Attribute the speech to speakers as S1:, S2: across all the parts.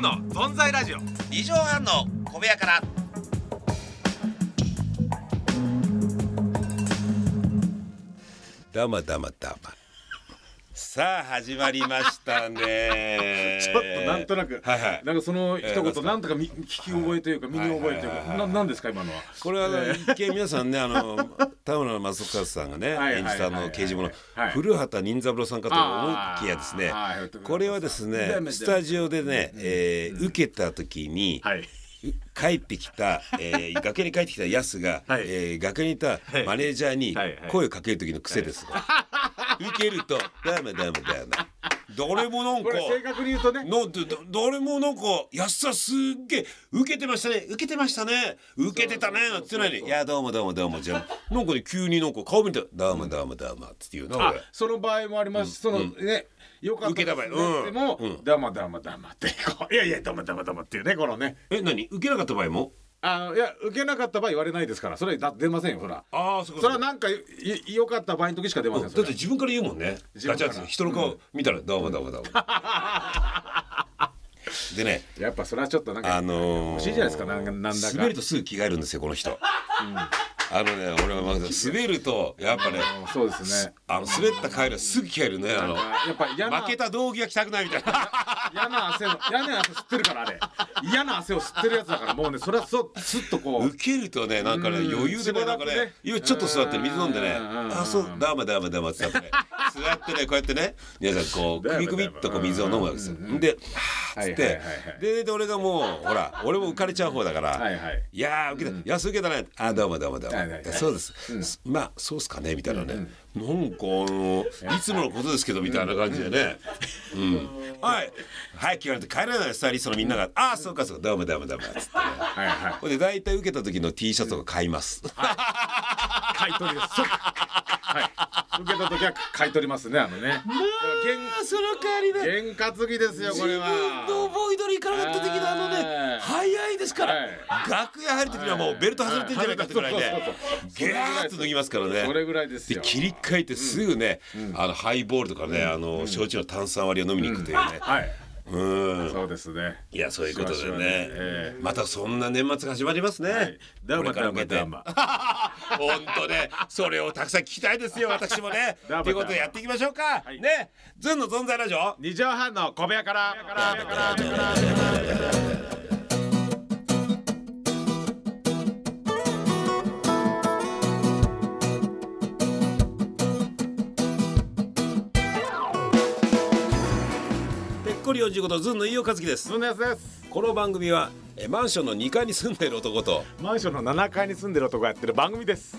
S1: の存在ラジオ
S2: 二畳半の小部屋から
S3: だまだまだま
S2: さあ始まりましたね
S4: ちょっとなんとなく、
S2: はいはい
S4: なんかその一
S2: えーなんすか
S4: 言なんとかみ聞き覚えというか身に覚えという
S2: はいはいはいは
S4: か
S2: い
S4: ななんですか今のは
S3: これはね一見皆さんねあの田村正和さんがね
S4: はいはいはい
S3: 演じたあの刑事物
S4: はい
S3: 古畑任三郎さんかと
S4: あー
S3: 思いきやですね
S4: はい
S3: これはです
S4: ダ
S3: ね
S4: メだ
S3: スタジオでね、えー受けた時に、
S4: はい
S3: 帰ってきた、 えー、崖に帰ってきたヤスが、
S4: はい
S3: えー崖にいたマネージャーに
S4: はいはい
S3: 声をかける時の癖です、受けるとダメダメダメ誰もなん
S4: こ
S3: か
S4: れ正確に言うとね
S3: なんてだ誰もなんか安さんすっげえ受けてましたね受けてましたね受けてたねなんて言ってないねいやどうもどうもどうもじゃあなんかね急になんか顔見てどうもどうもどうもっていうな
S4: あ
S3: 俺
S4: その場合もありますしそのねよかった
S3: 受けた場合
S4: ですね
S3: うん
S4: でも
S3: うん
S4: ダマダマダマってこういやいやダマダマダマっていうねこのね
S3: え何受けなかった場合も
S4: あのいや受けなかった場合言われないですからそれだ出ませんよほら
S3: ああそ
S4: それはなんかいい良かった場合の時しか出ませんそ
S3: だっ
S4: れ
S3: て自分から言うもんね
S4: 自
S3: ガ
S4: 分
S3: チ
S4: か
S3: ャ
S4: ら
S3: って人の顔見たら「どうもどうも どうも」でね
S4: やっぱそれはちょっとなんか
S3: あのー、
S4: しいじゃないですかなんかなんだか
S3: 滑るとすぐ着替えるんですよこの人、あのね俺はまず滑るとやっぱね
S4: うんそうですね
S3: あの滑った帰りはすぐ着替えるねあの
S4: やっぱ嫌な
S3: 負けた道着が着たくないみたいな
S4: 嫌な汗の嫌な汗吸ってるからあれ嫌な汗を吸ってるやつだからもうねそれはそうスッとこう
S3: 受けるとねなんかね
S4: うん
S3: 余裕でね
S4: しば
S3: な
S4: ら
S3: んか
S4: くね
S3: ね今ちょっと座って水飲んでね
S4: うんうんうん
S3: あそうだまだまだまって座ってね座ってねこうやってね皆さんこう
S4: だ
S3: く
S4: ま
S3: び
S4: だ
S3: く
S4: ま
S3: びっとこう水を飲むわけですよで「はーっつっ
S4: はい
S3: て
S4: はいはいはい
S3: でで俺がもうほら俺も浮かれちゃう方だから、
S4: はいはい
S3: いやー受けた、安受けたねあどうもどうもどうも、
S4: はいはいはい
S3: そうです、まあそうっすかねみたいなね、なんかあのいつものことですけどみたいな感じでね、うんはい早く言われて帰らないスタイリストのみんなが「ああそうかそうかどうもどうもどうも」っつって、ね、
S4: はいはい
S3: これで大体受けた時の T シャツを買います、
S4: 買い取りです即はい受けた時は買い取りますねあのね
S3: あその代わり
S4: 原原担ぎですよこれは
S3: ボイドに行かな
S4: かった時のあのね
S3: 早いです
S4: から
S3: 楽屋入る時にはもうベルト外れてんじゃないかってぐらい
S4: はいは
S3: ね
S4: いそうそうそう
S3: ゲーッと脱ぎますからね
S4: それぐらいです
S3: で
S4: よ
S3: 切り替えてすぐね、あのハイボールとかね、あの焼酎の炭酸割りを飲みに行くというね、
S4: はい
S3: うん、
S4: そうですね
S3: いやそういうことで
S4: しばしば
S3: ね
S4: ねえ
S3: またそんな年末が始まりますね、
S4: はいダ
S3: これ
S4: マ
S3: から
S4: ダ
S3: 向け
S4: マ
S3: て
S4: ダマ
S3: 本当ねそれをたくさん聞きたいですよ私もね
S4: ダマ
S3: という ことでやっていきましょうか、ねズンの存在ラジオ
S4: 二畳半の小部屋から
S3: ぺっこり45度ズンの飯尾和樹です
S4: そんなやつです
S3: この番組はえマンションの2階に住んでいる男と
S4: マンションの七階に住んでる男がやってる番組です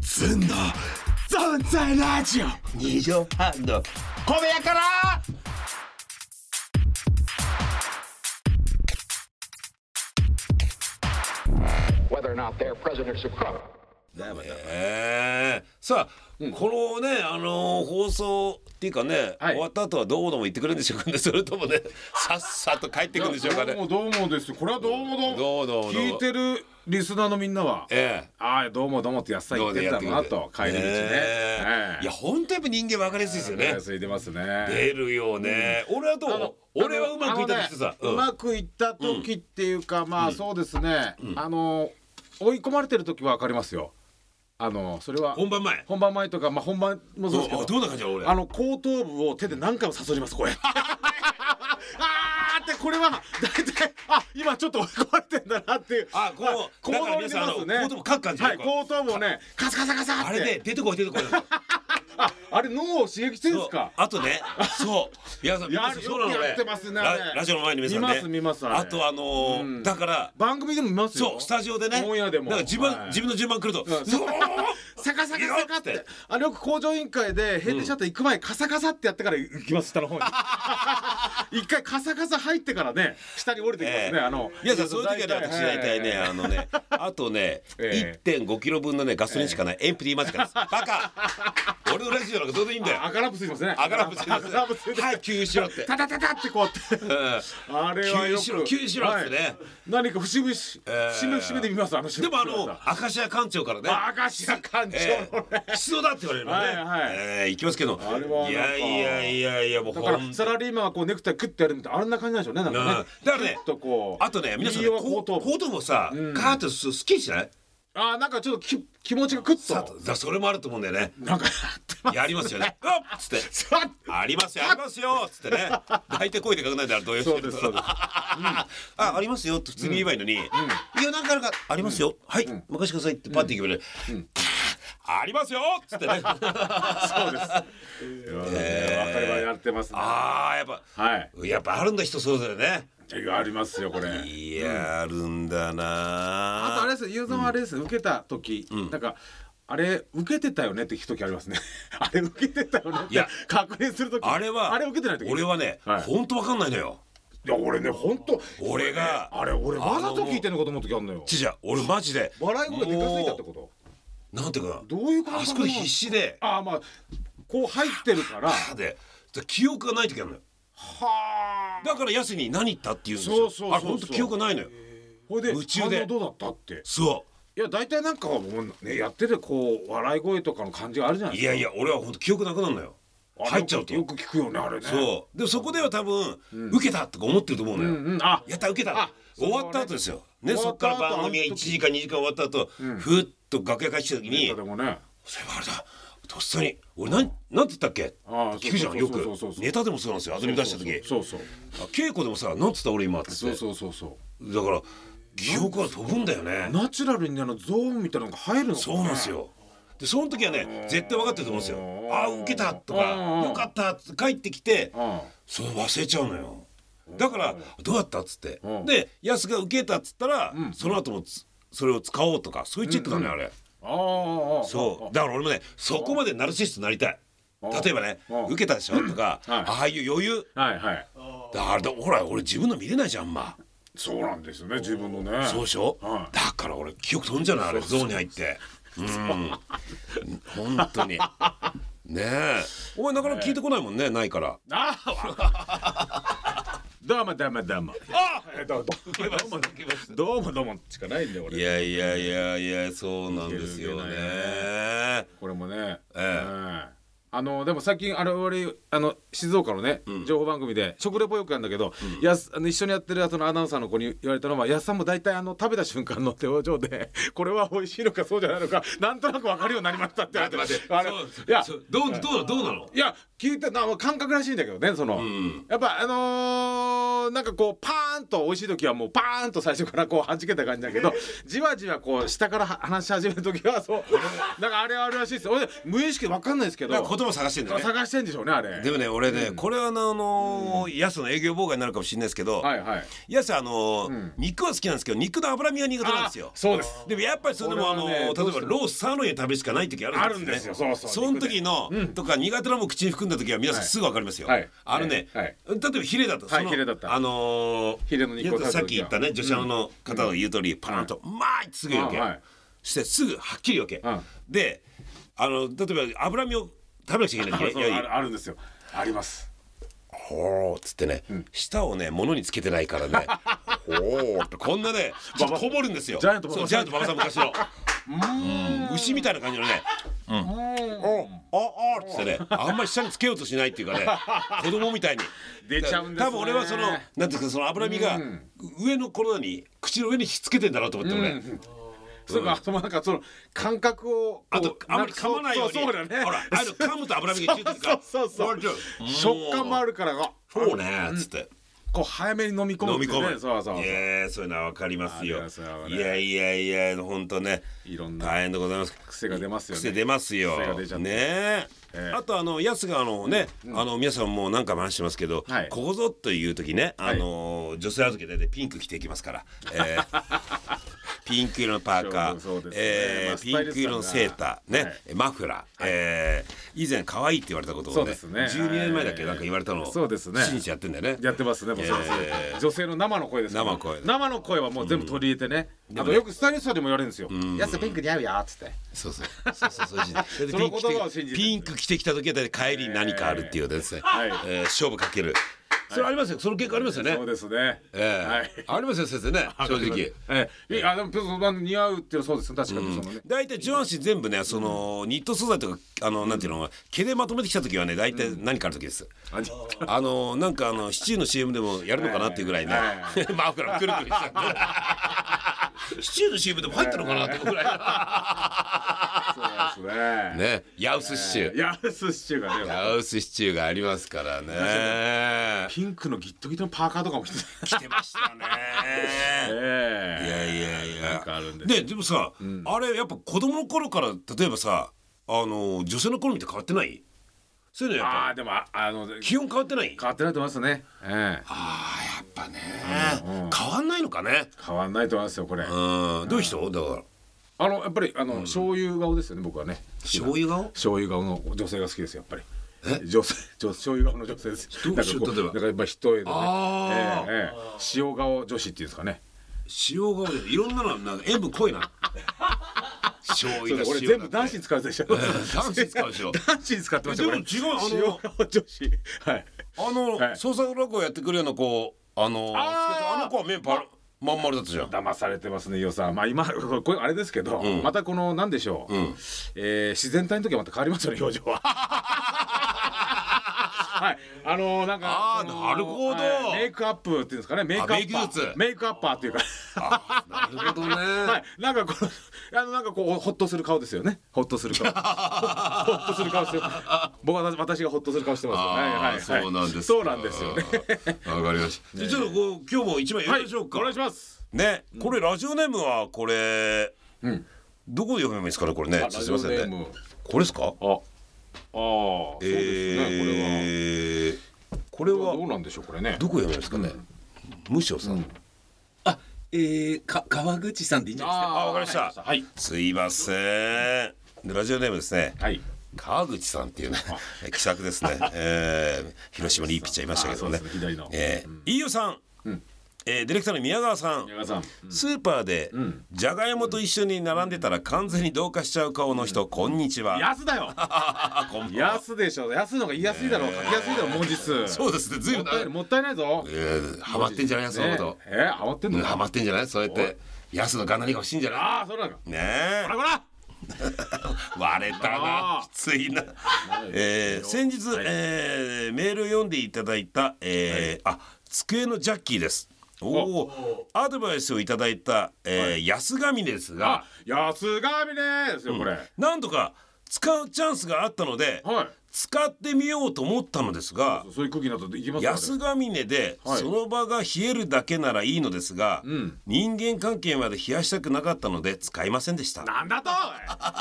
S3: ズンの
S4: 存在ラジオ
S3: 二畳半の小部屋からええさあ、このね、あのー放送っていうかね、
S4: はい
S3: 終わった後はどうもどうも言ってくれるんでしょうかね、それともね、 さっさと帰ってくるんでしょうかね。
S4: どうもどうもですよこれはどうもどうも
S3: どうどうもどうも
S4: 聞いてるリスナーのみんなは
S3: え
S4: ああどうもどうもって安さ
S3: え
S4: ん言ってたな
S3: くれ
S4: と帰り道ね
S3: ねえ
S4: ええ
S3: いや、本当やっぱ人間分かりやすいですよね。
S4: 安いてますね
S3: 出るよね。俺はど
S4: あの
S3: う俺はうまくいったとしてさ、
S4: あのねう
S3: うん
S4: まくいった時っていうかまあそうですねあの追い込まれてる時はわかりますよあのそれは
S3: 本番前。
S4: 本番前とかまあ本番もそうですけ
S3: うんあ
S4: ど
S3: どんな感じなの俺。
S4: あの後頭部を手で何回もさそりますこれ。あーってこれは大体あ今ちょっと追い込まれてんだなっていう
S3: あこう
S4: は
S3: だか
S4: い
S3: ら
S4: 行動に出
S3: 皆さ
S4: ますね
S3: んあの後頭部かく感じ
S4: はい
S3: こう
S4: 後頭部をねカサカサカサって
S3: あれで出てこい出てこい。
S4: ああれ脳を刺激してるんですか
S3: あとね、そう、皆さん、皆さんそうなの
S4: よくや
S3: ね
S4: ってますねあれ
S3: ララジオの前に皆さんね、
S4: 見ます見ますあれ
S3: あとあのーだから、
S4: 番組でも見ますよ
S3: そうスタジオでね、
S4: オンエアでも
S3: なんか自分、
S4: はい
S3: 自分の順番来ると、うおー
S4: サカサカサカっ
S3: いいよ
S4: て
S3: っつって
S4: あれよく工場委員会で閉店シャッター行く前にカサカサってやってから行きます下の方に一回カサカサ入ってからね下に降りてきますね、
S3: ええ
S4: あの
S3: いやさそういう時はね私大体ねあのねあとね
S4: え
S3: 1.5キロ分のねガソリンしかないエンプティーマジカですバカ俺のラジオなんかどうでいいんだよ
S4: 赤ラップついてますね
S3: あからぶつ
S4: 赤ラップついて
S3: はい給油しろって
S4: タタタタってこうやってあれはよく
S3: 給油しろ給油しろっつってね
S4: はい何か節々し
S3: ええ
S4: 節目節目で見ますあの
S3: でもあの明石家館長からね
S4: 赤白館長
S3: え
S4: のね、
S3: え、必要だって言われるのね、
S4: はいはい
S3: ええ行きますけど
S4: あれはなんか
S3: いやいやいやいやもう
S4: だか
S3: ほん
S4: らサラリーマンはこうネクタイクッてやるみたいなあんな感じなんでしょうねなんか
S3: な
S4: ね
S3: だからね
S4: ちょっとこう
S3: あとね皆さんね
S4: 右は
S3: こ
S4: 後
S3: う後
S4: 頭部
S3: 頭部をさ、ガーッとすすっきりしない
S4: あーなんかちょっとき気持ちがクッ
S3: さ
S4: と
S3: だそれもあると思うんだよね
S4: なんかや ってます
S3: やりますよ ねうっつって
S4: さっ
S3: ありますよありますよっつってね大体声でかくないだら動揺してる
S4: そうで すそうです
S3: あありますよって普通に言えばいいのに、いやなんかあるかありますよ、はい、任せてくださいってパッて言えばいいのにありますよっつって ね
S4: そうですえーわかればやってますね
S3: ああやっぱ
S4: はい
S3: やっぱあるんだ人それぞれね
S4: いやありますよこれ
S3: いやあるんだ
S4: あと
S3: な
S4: あれですユーザーはあれです、受けた時、なんかあれ受けてたよねって聞く時ありますね あれ受けてたよねっ
S3: い
S4: て
S3: や
S4: 確認する時
S3: あれは
S4: あれ受けてない時
S3: 俺はね
S4: はい
S3: 本当わかんないのよ
S4: いや俺ね本当
S3: 俺が
S4: あれ俺わざと聞いてんのかと思う時あんのよ
S3: ちじゃ俺マジで
S4: 笑い声でかすぎたってこと
S3: となんていうか
S4: どういう感
S3: あ
S4: 覚
S3: そこで必死で
S4: ああまあこう入ってるから
S3: あでで記憶がない時あるのよ
S4: はあ
S3: だからヤスに何言ったって言うんですよ
S4: そうそうそうそう
S3: あれ本当記憶ないのよ
S4: ほいで
S3: 夢中で
S4: 反応どうだったって
S3: そ
S4: いや大体なんかはもうねやっててこう笑い声とかの感じがあるじゃな
S3: う
S4: い
S3: い
S4: ですか
S3: やいや俺は本当記憶なくなるのよ
S4: あれ
S3: 入っちゃうと
S4: よく聞くよねあれね
S3: そうでもそこでは多分受けたとか思ってると思うの
S4: うん
S3: よ
S4: うんあ
S3: やった受けた
S4: あ
S3: 終わった後ですよね
S4: 終
S3: そ
S4: わ
S3: っ
S4: っ
S3: か
S4: た後
S3: ら番組が1時間2時間終わった後ふっと楽屋帰ってきた時に
S4: でもね
S3: そういえばあれだとっさに俺なんなんて言ったっけ
S4: ああ
S3: 聞くじゃん
S4: そう
S3: よ
S4: そうそうそう
S3: くネタでもそうなんですよアドリブ出した時
S4: そうそう
S3: あ稽古でもさなんつった俺今っつっ
S4: そう
S3: て
S4: そうそうそ
S3: だから記憶は飛ぶんだよね
S4: うナチュラルにあのゾーンみたいなのが入るのかね
S3: そうなんですよ。でその時はね絶対分かってると思うんですよ
S4: う。ん
S3: ああ受けたとか
S4: うん
S3: よかったって帰ってきて
S4: うん
S3: それ忘れちゃうのよ。だからどうだったっつって
S4: うん
S3: でヤスが受けたっつったらその後もつそれを使おうとかそういうチェックだねあれ。
S4: ああああ
S3: そうだから俺もねそこまでナルシストになりたい。
S4: うん
S3: 例えばね
S4: うん
S3: 受けたでしょとか
S4: はい
S3: ああいう余裕
S4: うはいはい
S3: だからほら俺自分の見れないじゃんあんま
S4: そうなんですよね自分のね
S3: そうでしょ
S4: は
S3: だから俺記憶飛んじゃうのあれゾーンに入ってうん本当にねえお前なかなか聞いてこないもんねないから
S4: あどうもどうもどうもあどうもどうもどうもしかないんだよ
S3: い
S4: 俺
S3: やいやいやいやそうなんですよ
S4: いけるいけ
S3: ね
S4: これもね
S3: ええ
S4: ええあのでも最近あれ俺あの静岡のね情報番組で食レポよくやるんだけどやすあの一緒にやってるあのアナウンサーの子に言われたのはやすさんも大体あの食べた瞬間の表情で これは美味しいのかそうじゃないのかなんとなく分かるようになりましたって言われてあれいや
S3: そうどうどうどうなの
S4: いや聞いてな感覚らしいんだけどねその、
S3: ん
S4: やっぱあのーなんかこうパーンと美味しい時はもうパーンと最初からこう弾けた感じだ けどじわじわこう下からは話し始める時はそう なんかあれはあるらしいです俺無意識で分かんないですけど
S3: だから言葉探してんだよね
S4: 探してんでしょうねあれ
S3: でもね俺ねこれはあのーヤスの営業妨害になるかもしれないですけど
S4: はいはい
S3: ヤスあのー肉は好きなんですけど肉の脂身が苦手なんですよ
S4: あそうです
S3: でもやっぱりそれでもあの、
S4: これはね
S3: 例え
S4: どうして
S3: ば
S4: も
S3: ロースサーロインを食べるしかない時あるんですよ、ね、
S4: あるんですよそうそう
S3: の時の、とか苦手なもん口に含んだ時は皆さん
S4: はい
S3: すぐわかりますよ、
S4: はい
S3: あのね、
S4: はい
S3: 例えばヒレだと、
S4: は
S3: そ
S4: い
S3: の
S4: ヒレだった
S3: あのー
S4: ヒレの肉を食べた時は
S3: さっき言ったね女子アナの方の言う通り、パーンと「まあ!」ってすぐ言うわけ、
S4: あはい
S3: してすぐはっきり言うわけ、
S4: うん
S3: であの例えば脂身を食べなくちゃいけない
S4: あ
S3: い
S4: そう
S3: やいや
S4: あるあるんですよあります
S3: ほーっつってね、舌をね物につけてないから ねほーってこんなねちょっとこぼるんですよ
S4: ジャイアント馬場
S3: そうジャイアント馬場さん昔のうん牛みたいな感じのねうんおおおっつってねあんまり舌につけようとしないっていう かね子供みたいに
S4: 出ちゃうんですね
S3: 多分俺はそのなんていうんですかその脂身が上の頃に口の上にひっつけてんだなと思って俺、
S4: そうか、そのなんかその感覚をこう
S3: あとあんまり
S4: な
S3: 噛まないように
S4: そうそうだね
S3: ほらああいうの噛むと脂身がついてるから
S4: そうそうそう食感もあ
S3: る
S4: るからが
S3: そうねっつって。
S4: こう早めに飲み込む
S3: 飲
S4: んで
S3: み
S4: すよ
S3: 込
S4: ね
S3: む。
S4: そうそうそう
S3: いやーそういうのはわかりますよ
S4: ありますよ。ね
S3: いやいやいや、本当ね。
S4: いろんな
S3: 大変でございます。
S4: 癖が出ますよね
S3: 癖出ますよ
S4: 癖が出ちゃ。って
S3: ねえ
S4: ええ
S3: あとあのやすがあのね、あの皆さんもう何回も話してますけど、
S4: はい
S3: ここぞ という時ね、あのー女性預けでピンク着ていきますから。えーピンク色のパーカー、
S4: そうですね
S3: え
S4: ま
S3: ー
S4: あ
S3: ピンク色のセーター、ね、
S4: はい
S3: マフラー、えー以前可愛いって言われたことを
S4: そう
S3: ね、
S4: ですね
S3: 12年前だっけなんか言われたのを、
S4: そうですね
S3: 真摯やってんだよね。
S4: やってますね、もうそうです
S3: えー
S4: 女性の生の声ですから
S3: 生声
S4: 生の声はもう全部取り入れてね、あ
S3: も
S4: と
S3: ね
S4: よくスタイリストにも言われるんですよ「やつピンク似合うよ」っつって
S3: そうそうそうそうそう そう。だって
S4: その言葉を信じて
S3: ピンク着てきた時はだって帰りに何かあるっていうですね。
S4: はい
S3: えー勝負かける。それありますよ。その結果ありますよね
S4: そう。ですね
S3: ええ
S4: はい
S3: ありますよ先生ね。正直。
S4: ええいやでもその似合うっていうのはそうですよ確かにそのね
S3: 大体上半身全部ねそのニット素材とかあのなんていうの毛でまとめてきた時はね大体何かある時 です、
S4: あじ
S3: あのなんかあのシチューの CM でもやるのかなっていうぐらいね、 マフラーくるくるしち ゃってシチューの CM でも入ったのかなってぐら
S4: そうで す
S3: い
S4: ね
S3: ねヤウスシチュー、
S4: いや寿司中がね
S3: ヤウスシチューがありますからね
S4: ピンクのギットギトのパーカーとかも着て
S3: 来てましたね い
S4: え
S3: やいやい
S4: なん
S3: や
S4: かあるんで す
S3: ででもさ、あれやっぱ子供の頃から例えばさあの女性の頃見て変わってないそういうのやっぱ
S4: ああでもああの変
S3: 気温変わってない
S4: わってないと思いますねええ
S3: ああやっぱね、変わんないのかね
S4: 変わんないと思いますよこれ
S3: うんどういう人だから
S4: あのやっぱりあの醤油顔ですよね僕はね
S3: 醤油顔
S4: 醤油顔の女性が好きですよやっぱり。女性女醤油顔の女性です。
S3: どう
S4: なんかこう
S3: 例えば
S4: なんかやっぱ一重でね。
S3: あー
S4: ええええ塩顔女子っていうんですかね。
S3: 塩顔でいろんなのなんか塩分濃い な醤
S4: そう
S3: 油だ
S4: だこれ
S3: 塩
S4: 全
S3: だ
S4: 部男子に使うでしょ。
S3: 男子に使うでしょ
S4: 男子に使ってました
S3: でも
S4: これ。
S3: 違う
S4: 塩顔女子。はい。
S3: あの、
S4: はい
S3: 創作落語やってくるような子あの
S4: あー
S3: あの子は目パルまん丸だったじゃん
S4: 騙されてますね伊代さん。まあ今これこれあれですけど、
S3: ん
S4: またこのなんでしょう、
S3: ん
S4: えー自然体の時はまた変わりますよね 表情は。はい、あのー、なんか
S3: あー
S4: その
S3: なるほど
S4: はいメイクアップっていうんですかねメイクアッパ
S3: あメイク
S4: ー
S3: 術
S4: メイクアッパーっていうか
S3: あなるほどね、
S4: はい、なんかこの、あの、なんかこう、ほっとする顔ですよね。ほっと する顔。ほっとする顔してる。僕は、私がほっとする顔してますよ。
S3: あー
S4: はい、はい、はい。
S3: そうなんですか
S4: そうなんですよね。
S3: わかりましたじゃあちょっとこう今日も一枚や
S4: は
S3: り
S4: い
S3: ましょう、か、
S4: お願いします。
S3: ね、これラジオネームはこれ、
S4: うん
S3: どこで読めばいいですかねこれね
S4: あ
S3: すいませ
S4: ラジオ
S3: ん
S4: ネ
S3: ね
S4: ーム
S3: これですか
S4: あ。ああ、そうですね、
S3: えーこれ
S4: これは。
S3: は
S4: どうなんでしょう、これね。
S3: どこで読めばいいですかね、むしろさん、
S1: あ、えー、か川口さんでいいんじゃないですか。
S3: あわかりました
S4: はい。
S3: すいませんでラジオネームですね
S4: はい。
S3: 川口さんっていうね 気さくですね、えー、広島にいいピッチャーいましたけどね
S4: あそうですね左の
S3: えー飯尾さん、
S4: ん
S3: えーディレクターの宮川さん
S4: 宮川さん。
S3: スーパーで、じゃがいもと一緒に並んでたら完全に同化しちゃう顔の人、こんにちは。
S4: 安だよ。
S3: あ、 こんばんは。
S4: 安でしょ安の方が言いやすいだろう。書きやすいだろう、文字数。
S3: そうですね、ずい
S4: も
S3: ぶ
S4: っ
S3: ん。
S4: たいない、もったいないぞ。
S3: えーハマってんじゃない、そのこと
S4: ね。えー、ハマってん
S3: うん
S4: の
S3: ハマ
S4: か。
S3: ってんじゃない、そうやって。安のがなりが欲しいんじゃな
S4: ああ、そうなのか。
S3: い。ねえ
S4: ほら、ほら。
S3: 割れた
S4: あ
S3: な
S4: ー、
S3: きつい な。えー先日、えーメールを読んでいただいた、えーあ、机のジャッキーです。おお、アドバイスをいただいた、えー、安神ですが。
S4: あ、安神ねですよこれ。
S3: 何度か使うチャンスがあったので、
S4: はい。
S3: 使ってみようと思ったのですが
S4: そういう空気だといきますからね
S3: 安ヶ峰で
S4: はい
S3: その場が冷えるだけならいいのですが、
S4: ん
S3: 人間関係まで冷やしたくなかったので使いませんでした
S4: なんだと。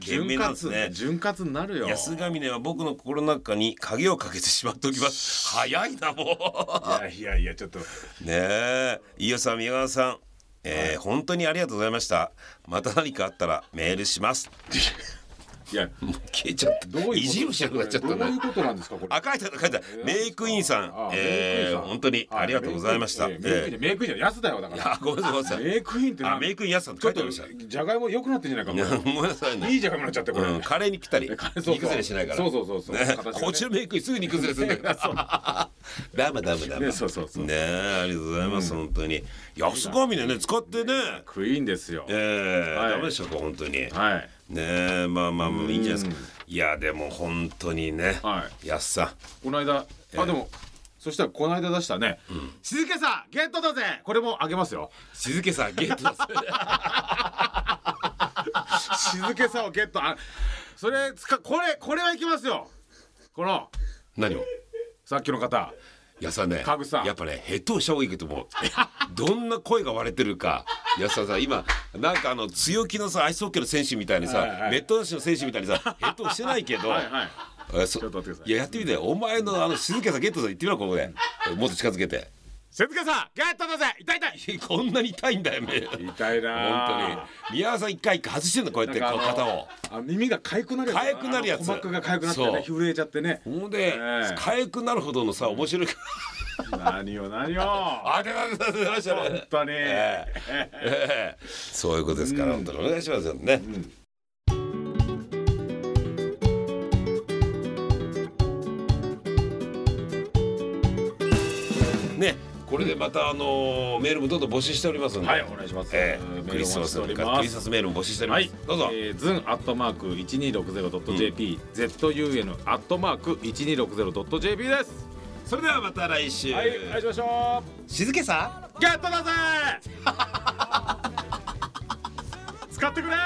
S3: 賢明なんですね
S4: 潤滑になるよ。
S3: 安ヶ峰は僕の心の中に鍵をかけてしまっておきます早いなも
S4: いやいやいやちょっと。
S3: うねえ飯尾さん宮川さん、えー本当にありがとうございましたまた何かあったらメールします
S4: いや
S3: もう消えちゃった
S4: どういうこと。
S3: 意地をしなくなっちゃったね
S4: どういうことなんですかこれ。
S3: あ、書いてある書いてある
S4: えー
S3: メイクインさん
S4: あ、
S3: えー、本当にありがとうございました。
S4: メイクインさん
S3: え
S4: はいメイクインじゃメイクインじゃ安だよだか
S3: ーあ、
S4: ら。
S3: ごめんなさい、ごめんなさい。
S4: メイクインってなん
S3: あ、メイクインやすさんって
S4: ちょ
S3: 書い
S4: っ
S3: てあり
S4: と
S3: ました。
S4: じゃがいも良くなってんじゃないかこ
S3: ごめんなさい
S4: れ。い
S3: ね。
S4: いじゃがいもになっちゃってこれ。
S3: うん、カレーにぴったり。
S4: カレー そうそう
S3: 煮崩れしないから。
S4: そうそうそうそう
S3: ね
S4: 形がね
S3: こっちのメイクインすぐ煮崩れするん だから。ダメダメダメ。
S4: ね
S3: ね
S4: そうそうそう
S3: え、ありがとうございます、本当に。安神でね、使ってね。
S4: クイーンですよ
S3: え。ー
S4: はい
S3: ダメでしたか、本当に。
S4: はい。
S3: ねえ、まあまあまあ、いいんじゃないですか。いや、でも本当にね、
S4: はい。
S3: やすさん。
S4: この間、あでもそしたらこの間出したね、静けさゲットだぜこれもあげますよ
S3: 静けさ、ゲットです。
S4: 静けさをゲットあそれつかこれこれはいきますよこの
S3: 何を
S4: さっきの方
S3: 安田ね
S4: 川口さん
S3: やっぱねヘッドをした方がいいけども どんな声が割れてるか安田さん今なんかあの強気のさアイスホッケーの選手みたいにさ、
S4: はいはい
S3: ベッド男子の選手みたいにさヘッドをしてないけど
S4: はいはい
S3: えそ
S4: ちょっと待ってください
S3: ややってみて、お前のあの静けさゲットさん言ってみろここで、もっと近づけて
S4: 静香さんゲットだぜ痛い痛い
S3: こんなに痛いんだよ目本
S4: 痛い
S3: 当に宮川さん一回一回外してんのこうやって
S4: なんかあの
S3: 肩を
S4: あ耳が痒くなるやつ
S3: 痒くなるやつ
S4: あの鼓膜が痒くなってね
S3: そ
S4: 震えちゃってね
S3: ほんで
S4: ええ
S3: 痒くなるほどのさ面白い
S4: 何よ何よ
S3: あでだだだだしゃ
S4: 本
S3: ね
S4: 当に
S3: ええええそういうことですから本当にお願いしますよねねこれでまたあのーメールもどんどん募集しておりますんで
S4: はいお願いします
S3: ええ
S4: メールお待ち
S3: クリスマスの
S4: しております
S3: クリスマスメールも募集しておりま
S4: は
S3: す、
S4: い、
S3: どうぞ、
S4: えー、ズンアットマーク一二六ゼロドット JP、ZUN アットマーク一二六ゼロドット JP です。
S3: それではまた来週、
S4: はい、お会いしましょ
S2: 静けさ
S4: う。ゲットだぜ。使ってくれ。